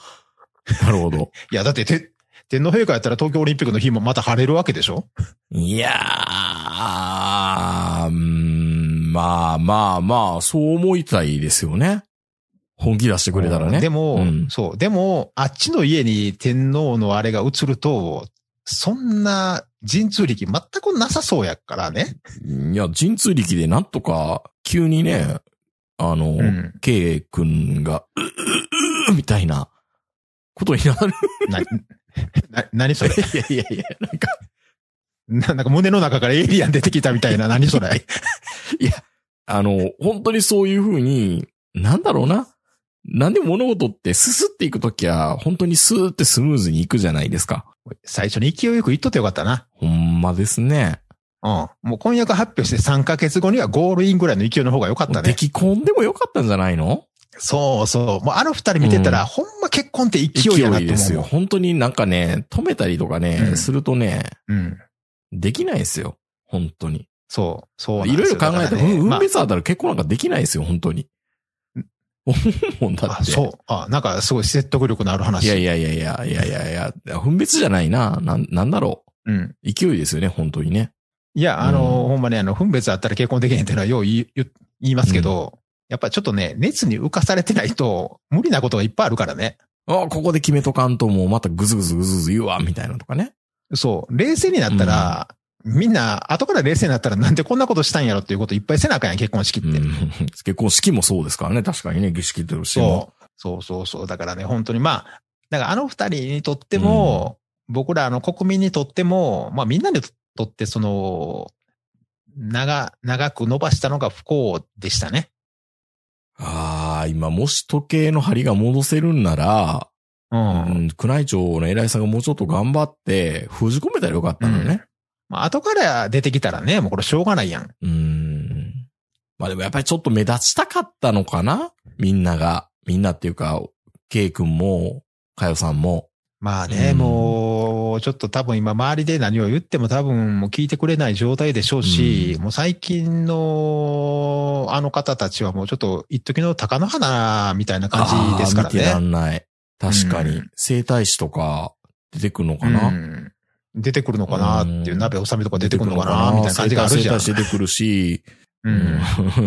A: なるほど。
B: いや、だってて、天皇陛下やったら東京オリンピックの日もまた晴れるわけでしょ
A: いやー、うーんまあまあまあ、そう思いたいですよね。本気出してくれたらね。
B: でも、
A: うん
B: そう。でも、あっちの家に天皇のあれが移ると、そんな神通力全くなさそうやからね。
A: いや、神通力でなんとか、急にね、あの、
B: うん。
A: K 君が、ううううみたいな、ことにな る。
B: な、な、何それ
A: い やいやいや、なんか、
B: ななんか胸の中からエイリアン出てきたみたいな、何それ
A: あの、本当にそういうふうに、なんだろうな。なんで物事ってすすっていくときは、本当にスーってスムーズにいくじゃないですか。
B: 最初に勢いよく言っとってよかったな。
A: ほんまですね。
B: うん。もう婚約発表して3ヶ月後にはゴールインぐらいの勢いの方が良かったね。
A: 出来込んでもよかったんじゃないの
B: そうそう。もうあの二人見てたら、
A: うん
B: ほんま結婚って勢い
A: 勢
B: やなと思う。
A: いですよ。本当になんかね、止めたりとかね、
B: うん
A: するとね、
B: うん。
A: できないですよ。本当に。
B: そう、そうなん
A: い
B: で
A: ろい
B: す
A: ろ
B: よ
A: 考え
B: だ
A: て
B: から
A: も、
B: ね
A: うん
B: ま
A: 運別当たら結婚なんかできないですよ、本当に。思うもんだ
B: あ
A: っ
B: あ、
A: て。
B: そう。あ、なんかすごい説得力のある話。
A: いやいやいやいやいやいやいや、分別じゃないな。なん、なんだろ
B: うん。
A: う。勢いですよね、本当にね。
B: いや、あの、
A: う
B: ほんまね、あの、分別あったら結婚できへんっていうのはよう言い言言いますけど、やっぱちょっとね、熱に浮かされてないと、無理なことがいっぱいあるからね。
A: あ、ここで決めとかんともうまたぐずぐずぐずぐず言うわ、みたいなのとかね。
B: そう。冷静になったら、みんな、後から冷静になったらなんでこんなことしたんやろっていうこといっぱいせなあかんやん、結婚式って。
A: うん結婚式もそうですからね、確かにね、儀式としても。
B: そう。そうそうそう。だからね、本当にまあ、だからあの二人にとっても、僕らあの国民にとっても、まあみんなにとってその、長、長く伸ばしたのが不幸でしたね。
A: ああ、今、もし時計の針が戻せるんなら、
B: う。
A: うんん、宮内庁の偉いさんがもうちょっと頑張って、封じ込めたらよかったのね。
B: まあ後から出てきたらね、もうこれしょうがないやん。
A: うん。まあでもやっぱりちょっと目立ちたかったのかなみんなが。みんなっていうか、ケイ君も、かよさんも。
B: まあね、
A: うん
B: もう、ちょっと多分今周りで何を言っても多分もう聞いてくれない状態でしょうし、
A: う
B: もう最近のあの方たちはもうちょっと一時の鷹の花みたいな感じですから
A: あー見てら
B: ね。
A: んない。確か
B: う
A: に
B: ん。
A: 生体師とか出てくるのかな、
B: うん出てくるのかなっていう、
A: うん
B: 鍋納めとか出てくるのかなみたいな感じがあるじゃん
A: 生。体師出てくるし、
B: うん、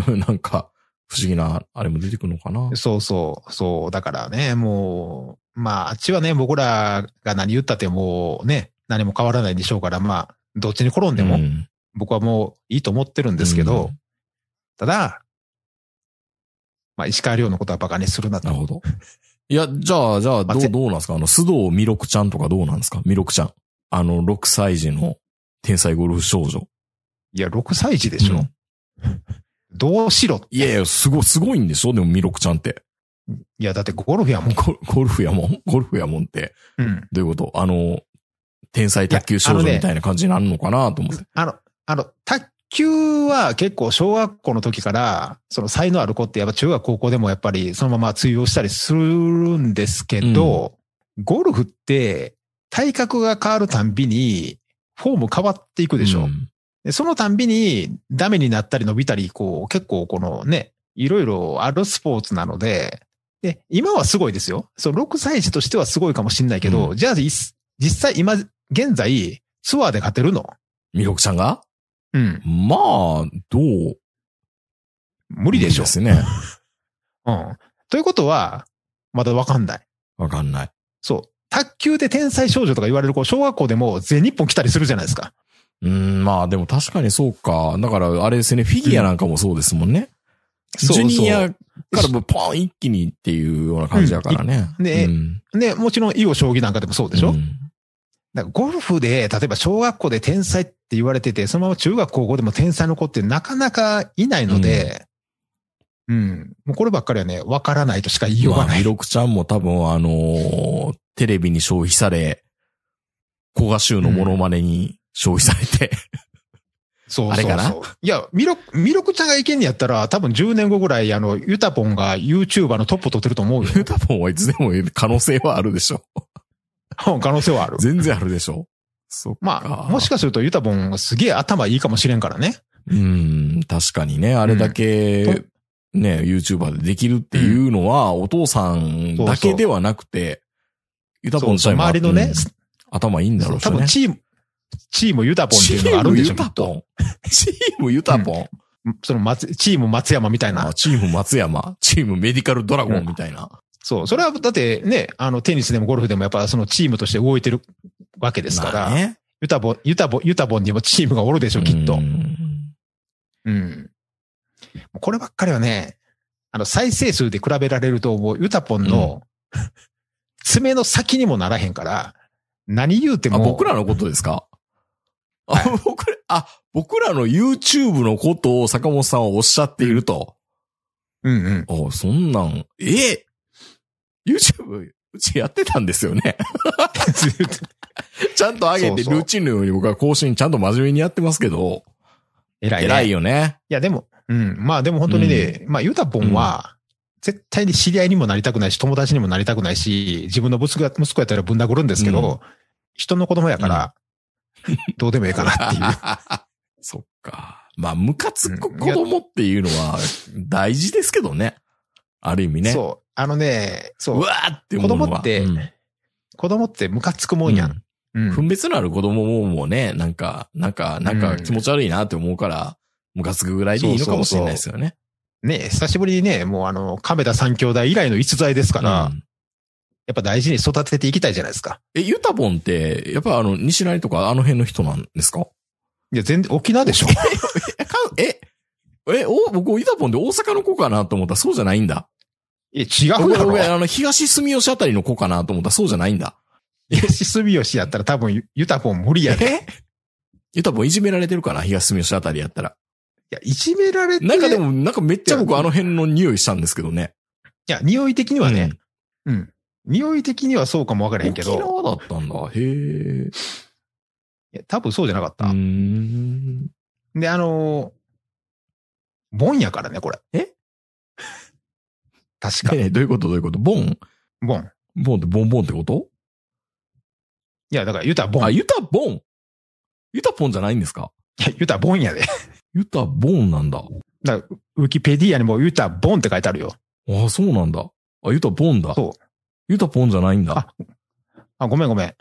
A: うん なんか、不思議な、あれも出てくるのかな
B: そうそう、そう。だからね、もう、まあ、あっちはね、僕らが何言ったってもうね、何も変わらないでしょうから、まあ、どっちに転んでも、
A: うん
B: 僕はもういいと思ってるんですけど、
A: うん
B: ただ、まあ、石川遼のことは馬鹿にするなと。
A: なるほど。いや、じゃあ、じゃあ、
B: まあ
A: どう、
B: ぜ
A: どうなんですかあの、須藤弥勒ちゃんとかどうなんですか弥勒ちゃん。あの、6歳児の天才ゴルフ少女。
B: いや、6歳児でしょ。
A: うん
B: どうしろ。
A: いやいや、すごい、すごいんでしょでも弥勒ちゃんって。
B: いや、だってゴルフやもん。
A: ゴゴルフやもん ゴルフやもんって。
B: うん。
A: どういうことあの、天才卓球少
B: いやあの
A: 女
B: ね
A: みたいな感じになるのかなと思って。
B: あの、あの、卓球は結構小学校の時から、その才能ある子ってやっぱ中学高校でもやっぱりそのまま通用したりするんですけど、ゴルフって体格が変わるたんびにフォーム変わっていくでしょ。
A: ん
B: でそのたんびにダメになったり伸びたり、こう結構このね、いろいろあるスポーツなので、で、今はすごいですよ。そう、6歳児としてはすごいかもしんないけど、
A: う
B: じゃあいっ実際今、現在、ツアーで勝てるの
A: 弥勒ちゃんが
B: うん。
A: まあ、どう
B: 無理でしょ
A: で。すね。
B: うん。ということは、まだわかんない。
A: わかんない。
B: そう。卓球で天才少女とか言われる子、小学校でも全日本来たりするじゃないですか。
A: うん、まあでも確かにそうか。だから、あれですね、フィギュアなんかもそうですもんね。ジュニアからもポーン一気にっていうような感じだからね。
B: うんいね
A: うん
B: ね、もちろん囲碁将棋なんかでもそうでしょ、
A: うん
B: だからゴルフで、例えば小学校で天才って言われてて、そのまま中学高校でも天才の子ってなかなかいないので、うん。もうこればっかりはね、わからないとしか言いよう
A: まあ、
B: がな
A: 弥
B: い。
A: 勒ちゃんも多分あのーテレビに消費され、古賀衆のモノマネに消費されて、
B: そう
A: あれ
B: そう
A: かな
B: そう。いや、ミロ、ミロクちゃんがいけんやったら、多分10年後ぐらい、あの、ユタポンが YouTuber のトップ取ってる と思うよ。
A: ユタポンはいつでも可能性はあるでしょ。
B: 可能性はある。
A: 全然あるでしょ。そっか。
B: まあ、もしかするとユタボンすげえ頭いいかもしれんからね。
A: うん、確かにね、あれだけ、ね、YouTuber でできるっていうのは、お父さんだけではなくて、ユタポンちゃんも
B: 周りの
A: う
B: ね
A: ん、頭いいんだろうし
B: 多分
A: ね。
B: チーム、チームユタポンっていうのがあるんでし
A: チー
B: ょ、
A: ムユ
B: き
A: タポ
B: っと。
A: ン。チームユタポン。
B: その松、チーム松山みたいな
A: あ。チーム松山。チームメディカルドラゴンみたいな。
B: そう。それは、だってね、あの、テニスでもゴルフでもやっぱそのチームとして動いてるわけですから、
A: まあね。
B: ユタボン、ユタボン、ユタボンにもチームがおるでしょ、きっ
A: う
B: と。
A: ん
B: うん。こればっかりはね、あの、再生数で比べられると、もうユタポンの、爪の先にもならへんから、何言うて
A: あ、
B: も。
A: 僕らのことですかあ、僕ら、あ、僕らの YouTube のことを坂本さんはおっしゃっていると。
B: うん うん。
A: あ、そんなん、え ?YouTube、うちやってたんですよ ね。ちゃんと上げて
B: そうそう
A: ルーチンのように僕は更新ちゃんと真面目にやってますけど、
B: 偉い、ね。
A: 偉い
B: い
A: よね。
B: や、でも、うん。まあでも本当にね、まあユタポンは、絶対に知り合いにもなりたくないし、友達にもなりたくないし、自分の息子や息子やったらぶん殴るんですけど、
A: うん
B: 人の子供やから、どうでもいいかなっていう。
A: そっか。まあ、ムカつく
B: うん
A: 子供っていうのは大事ですけどね。ある意 味ね。う。
B: そう。あのね、そう。
A: わーって思うのは
B: 子供って
A: うん
B: 子供ってムカつくもんや
A: うん
B: ん。うん。
A: 分別のある子供ももうね、なんか、なんか、なんか気持ち悪いなって思うから、ムカつくぐらいでいいのかもしれないですよね。
B: ね、久しぶりにね、もうあの、亀田三兄弟以来の逸材ですから、
A: うん
B: やっぱ大事に育てていきたいじゃないですか。
A: え、ユタボンって、やっぱあの、西成とかあの辺の人なんですか
B: いや、全然、沖縄 でしょ
A: え、かえ、え、お、僕、ユタボンで大阪の子かなと思ったらそうじゃないんだ。
B: いや、違う
A: 僕、
B: やろ
A: 僕。あの、東住吉あたりの子かなと思ったらそうじゃないんだ。
B: 東住吉やったら多分ユ、ユタポン無理やで。い
A: えユタボンいじめられてるかな東住吉あたりやったら。
B: や、いじめられて、
A: なんかでも、なんかめっちゃ僕あの辺の匂いしたんですけどね。
B: いや、匂い的にはね、うん。匂い的にはそうかもわから
A: うん、
B: へんけ
A: 沖
B: ど、
A: 縄だったんだ。へえ。う
B: いや多分そうじゃなかった
A: ー。ん。
B: で、あのー、ボンやからね、これ。
A: え
B: 確か。
A: え、どういうことどういうことボン
B: ボン。
A: ボンってボンボンってこと
B: いや、だからユタボ
A: あ、
B: ン。い
A: ユタボンユタポンじゃないんですか
B: やユタボンやで。
A: ユタボンなんだ。
B: だからウィキペディアにもユタボンって書いてあるよ。
A: ああ、そうなんだ。あ、ユタボンだ。
B: そう
A: ユタポンじゃないんだ
B: あ。あ、ごめんごめん。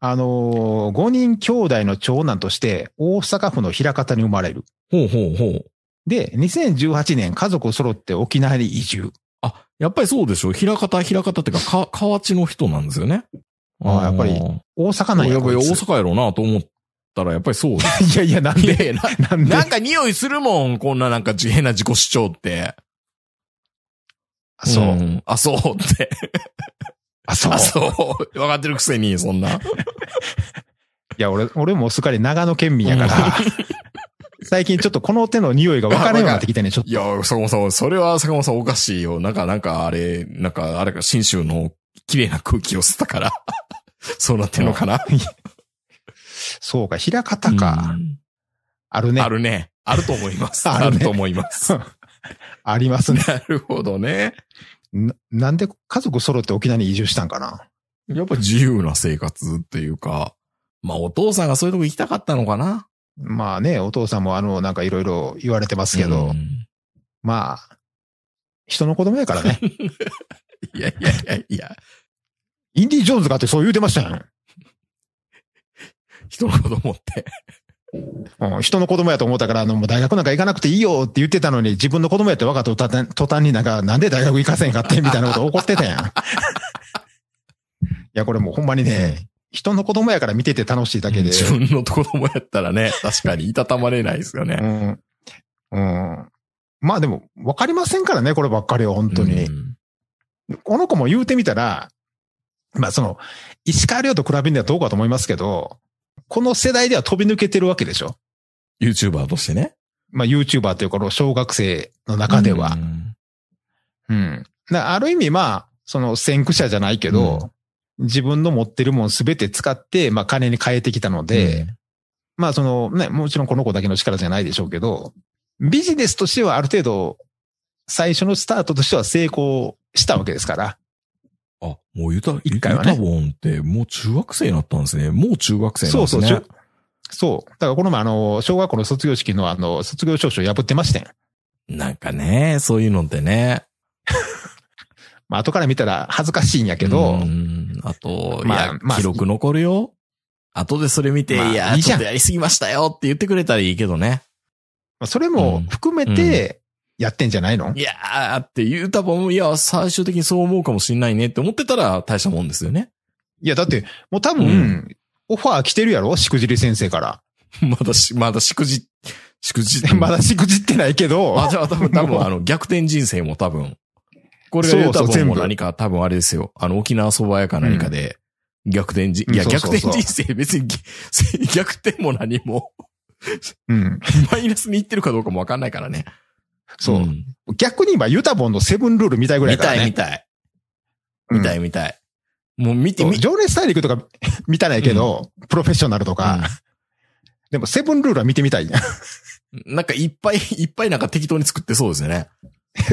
B: あのー、5人兄弟の長男として、大阪府の枚方に生まれる。
A: ほうほうほう。
B: で、2018年家族揃って沖縄に移住。
A: あ、やっぱりそうでしょ。平方、平方ってか、か、河内の人なんですよね。
B: ああやっぱり
A: ー
B: 大阪なん
A: や
B: や。
A: っぱり大
B: こいつ
A: 阪やろうなと思ったら、やっぱりそうです。
B: いや いや、なん
A: いや
B: で、
A: いやな、
B: なんで
A: な、んか匂いするもん。こんななんか自変な自己主張って。
B: あそうう。
A: んあ、そうって。
B: あ、 そう
A: あ、。そう。わかってるくせに、そんな。
B: いや、俺、俺もすっかり長野県民やから、 最近ちょっとこの手の匂いが分からんようになってきてね、ちょっ
A: いや、坂本さん、それは坂本さんおかしいよ。なんか、なんかあれ、なんか、あれか、新州の綺麗な空気を吸ったから。 そうなってんのかな、
B: と。そうか、平方か。
A: うん
B: あるね
A: あ。るね。あると思います。あ
B: あ
A: る,、
B: るね
A: と思います。
B: ありますね。
A: なるほどね。
B: ななんで家族揃って沖縄に移住したんかな。
A: やっぱ自由な生活っていうか、まあお父さんがそういうとこ行きたかったのかな
B: まあね、お父さんもあの、なんかいろいろ言われてますけど、
A: うん
B: まあ、人の子供やから ね。
A: いやいやいやいや、
B: インディ・ジョーンズがあってそう言うてましたよ。
A: 人の子供って。
B: うん、人の子供やと思ったから、あの、もう大学なんか行かなくていいよって言ってたのに、自分の子供やって分かった途端途端になんか、なんで大学行かせんかってみたいなこと怒ってた やん。いや、これもうほんまにね、人の子供やから見てて楽しいだけで、
A: 自分の子供やったら ね、確かにいたたまれないですよね。
B: うん。うん。まあでも、分かりませんからね、こればっかりは、本当に
A: う。ん
B: この子も言うてみたら、まあその、石川遼と比べるにはどうかと思いますけど、この世代では飛び抜けてるわけでしょ
A: YouTuber としてね。
B: まあ YouTuber というこの小学生の中では
A: う。ん
B: うん。だある意味まあ、その先駆者じゃないけど、自分の持ってるもんすべて使って、まあ金に変えてきたので、まあそのね、もちろんこの子だけの力じゃないでしょうけど、ビジネスとしてはある程度、最初のスタートとしては成功したわけですから。
A: あ、もうユタ、
B: 一回はね
A: ユタボンってもう中学生になったんですね。もう中学生なん
B: そ
A: です
B: うそう。
A: ね。
B: しょそう。だからこの前あの、小学校の卒業式のあの、卒業証書破ってましたよ。
A: なんかね、そういうのってね。
B: まあ後から見たら恥ずかしいんやけ
A: う
B: ど、
A: んあと、
B: まあ
A: いや、
B: まあ
A: 記録残るよ。後でそれ見て、
B: まあ
A: いや、
B: いい
A: ち
B: じ
A: ょ
B: ゃ
A: っ
B: ん
A: とやりすぎましたよって言ってくれたらいいけどね。
B: まあそれも含めてやってんじゃないの、
A: いやーって言うたぼん、いや、最終的にそう思うかもしんないねって思ってたら大したもんですよね。
B: いや、だって、もう多分、
A: う
B: オファー来てるやろしくじり先生から。
A: まだし、まだしくじ、しくじ
B: まだしくじってないけど、
A: あ、じゃあ多分、多 分、あの、逆転人生も多分、これがユタボンも何か多分あれですよ。あの、沖縄そば屋か何かで、逆転人、
B: うん
A: いや、
B: そう
A: 逆
B: そうそう
A: 転人生別に、 逆転も何も、
B: うん。
A: マイナスにいってるかどうかもわかんないからね。
B: そう。
A: ん
B: 逆に今、ユタボンのセブンルール見たいぐらい
A: 見
B: だか
A: た
B: ら
A: い、
B: ね
A: 見。たい。見たい、見たい。もう見て
B: うん
A: み、
B: 情熱大陸とか 見たないけど、プロフェッショナルとか、
A: うん
B: でもセブンルールは見てみたい。
A: なんかいっぱいいっぱいなんか適当に作ってそうですよね。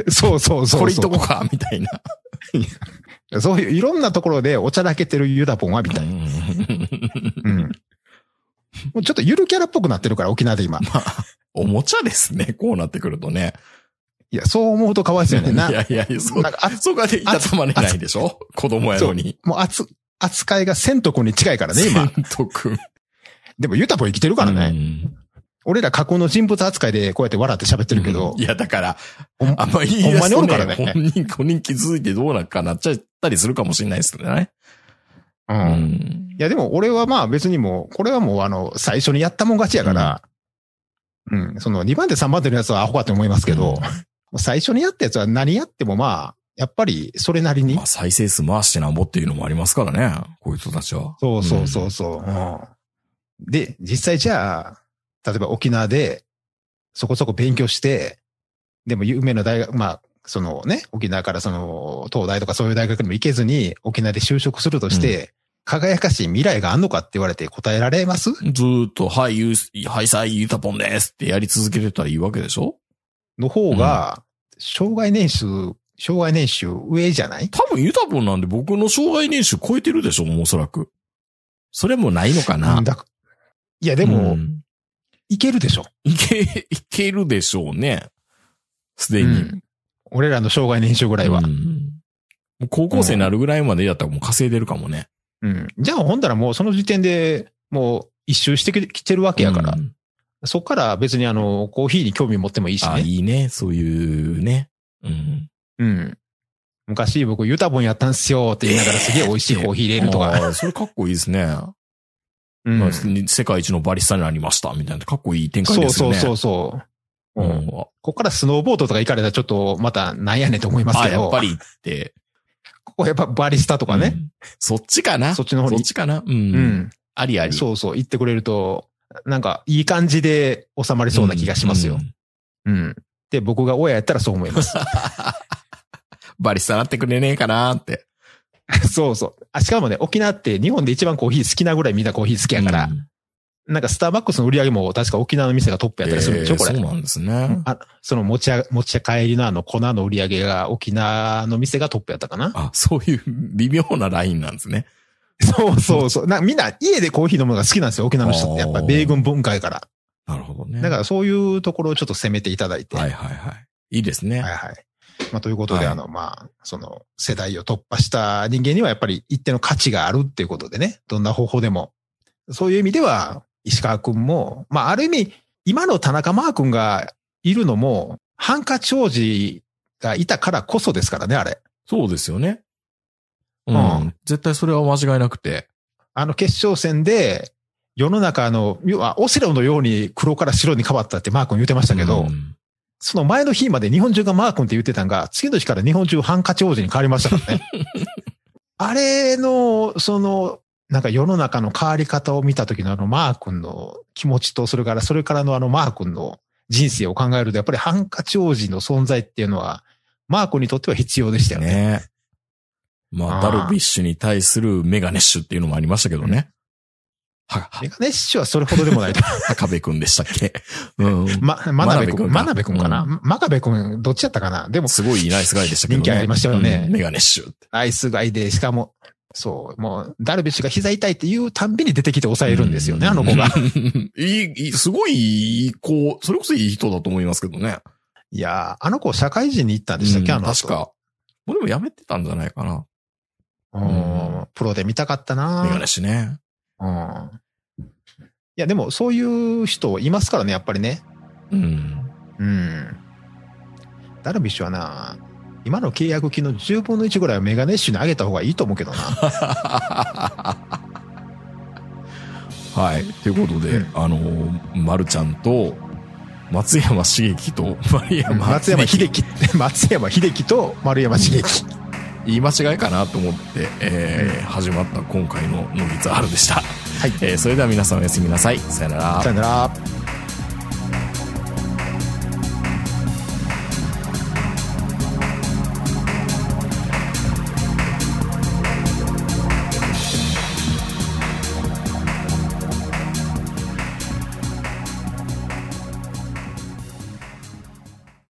B: そうそうそうそう。
A: これいっとこか、 みたいな。
B: そういういろんなところでおちゃらけてるユタボンは見たい。うん。もうちょっとゆるキャラっぽくなってるから、沖縄で今。
A: おもちゃですね、こうなってくるとね。
B: いや、そう思うと可哀
A: い
B: 想やねん な。
A: やいやいや、そう
B: なんかあ、
A: そこはでいたたまれないでしょ子供やのに。
B: もう扱扱いが千と君に近いからね、今。
A: 千とくん。
B: でもユタボン生きてるからね。
A: うん
B: 俺ら架空の人物扱いでこうやって笑って喋ってるけど
A: い、や、だから、
B: ほん
A: あんまり言い出すと
B: ほんまにおるからね
A: 本人、 本人気づいてどうなんかなっちゃったりするかもしれないですけどね。
B: う。
A: うんん
B: いやでも俺はまあ別にもう、これはもうあの、最初にやったもん勝ちやから、うん、その2番手3番手のやつはアホかと思いますけど、もう最初にやったやつは何やってもまあ、やっぱりそれなりに
A: まあ、。再生数回してなんぼっていうのもありますからね。こういう人たちは。
B: そうそうそうそう。うんで、実際じゃあ、例えば沖縄でそこそこ勉強して、でも有名な大学、まあ、そのね、沖縄からその東大とかそういう大学にも行けずに沖縄で就職するとして、輝かしい未来があんのかって言われて答えられます
A: うん。ずーっと、はい、ゆう、はい、さい、ゆたぽんですってやり続けてたらいいわけでしょ
B: の方が、障害年収、障害年収上じゃない
A: 多分ゆたぽんなんで僕の障害年収超えてるでしょもうおそらく。それもないのかな
B: うんだかいや、でも、
A: うん
B: いけるでしょ。
A: いけ、いけるでしょうね。すでに。
B: うん俺らの障害年収ぐらいは
A: う。んもう高校生になるぐらいまでやったらもう稼いでるかもね。
B: うん。じゃあ、ほんだらもうその時点でもう一周してきてるわけやから、
A: うん
B: そっから別にあの、コーヒーに興味持ってもいいし
A: あ、
B: ね。
A: いいね。そういうね。うん。
B: うん。昔僕ユタボンやったんすよって言いながらすげえ美味しいコーヒー入れるとか。
A: あーそれかっこいいですね。
B: うん
A: まあ世界一のバリスタになりました。みたいな。かっこいい展開
B: そう
A: ですよ
B: そう
A: ね。
B: そううそう。う
A: ん
B: んこっからスノーボードとか行かれたらちょっとまたなんやねんと思います
A: あ、
B: けど。
A: やっぱ。りって。
B: ここやっぱバリスタとかね。
A: うんそっちかな
B: そ
A: そ
B: っちの方
A: っ
B: に。
A: ちかなう。
B: うんん。
A: ありあり。
B: そうそう。行ってくれると、なんかいい感じで収まりそうな気がしますよ
A: う。ん
B: うん。で、僕が親やったらそう思います。
A: バリスタなってくれねえかなって。
B: そうそう。あ、しかもね、沖縄って日本で一番コーヒー好きなぐらいみんなコーヒー好きやから
A: う、ん
B: なんかスターバックスの売り上げも確か沖縄の店がトップやったりするんでしょ、
A: えー
B: これ
A: そう。なんですね。
B: あその持ちあ、持ち帰りのあの粉の売り上げが沖縄の店がトップやったかな。
A: あ、そういう微妙なラインなんですね。
B: そうそうそう。なみんな家でコーヒー飲むのが好きなんですよ、沖縄の人って。
A: あ
B: や
A: ー
B: っぱり米軍文化やから。
A: なるほどね。
B: だからそういうところをちょっと攻めていただいて。
A: はいはいはい。いいですね。
B: はいはい。まあ、ということで、
A: はい
B: あの、まあ、その、世代を突破した人間にはやっぱり一定の価値があるっていうことでね、どんな方法でも。そういう意味では、石川くんも、まあ、ある意味、今の田中マー君がいるのも、ハンカチ王子がいたからこそですからね、あれ。
A: そうですよね。うん。
B: うん
A: 絶対それは間違いなくて。
B: あの決勝戦で、世の中の、要はオセロのように黒から白に変わったってマー君言ってましたけど、
A: うん
B: その前の日まで日本中がマー君って言ってたんが、次の日から日本中ハンカチ王子に変わりました からね。あれの、その、なんか世の中の変わり方を見た時のあのマー君の気持ちと、それからそれからのあのマー君の人生を考えると、やっぱりハンカチ王子の存在っていうのは、マー君にとっては必要でしたよね。
A: ねまあ、
B: あー
A: ダルビッシュに対するメガネッシュっていうのもありましたけどね。は、は
B: メ、ガネッシュはそれほどで もないと。
A: 高部くんでしたっ けうん。
B: ま、真鍋く
A: 真
B: ん、真
A: 鍋
B: 鍋
A: く
B: く
A: ん
B: ん
A: か
B: かな真鍋くん、どっちやったかなでも、
A: すごいナイスガイでしたけどね。
B: 人気ありましたよね
A: うんメガネッシュって。
B: アイスがいで、しかも、そう、もう、ダルビッシュが膝痛いっていうたんびに出てきて抑えるんですよね、
A: う
B: あの子が。。
A: いい、いい、すごいいい子、それこそいい人だと思いますけどね。
B: いやー、あの子社会人に行ったんでしたっけ、
A: うん
B: あの
A: 確
B: 子。
A: か。もうでもやめてたんじゃないかな。
B: うんプロで見たかったな
A: メガネッシュね。
B: うん。いや、でも、そういう人いますからね、やっぱりね。
A: うん。
B: うん。ダルビッシュはな、今の契約金の10分の1ぐらいはメガネッシュに上げた方がいいと思うけ どな。
A: はい。ということで、
B: うん
A: あの、まるちゃんと、松山茂樹と、丸山
B: 松山
A: 樹
B: 秀樹、松山秀樹と丸山茂樹。
A: 言い間違いかなと思って、えー始まった今回の「ノギツアール」でした、
B: はい
A: えーそれでは皆さんおやすみなさいさよなら
B: さよなら。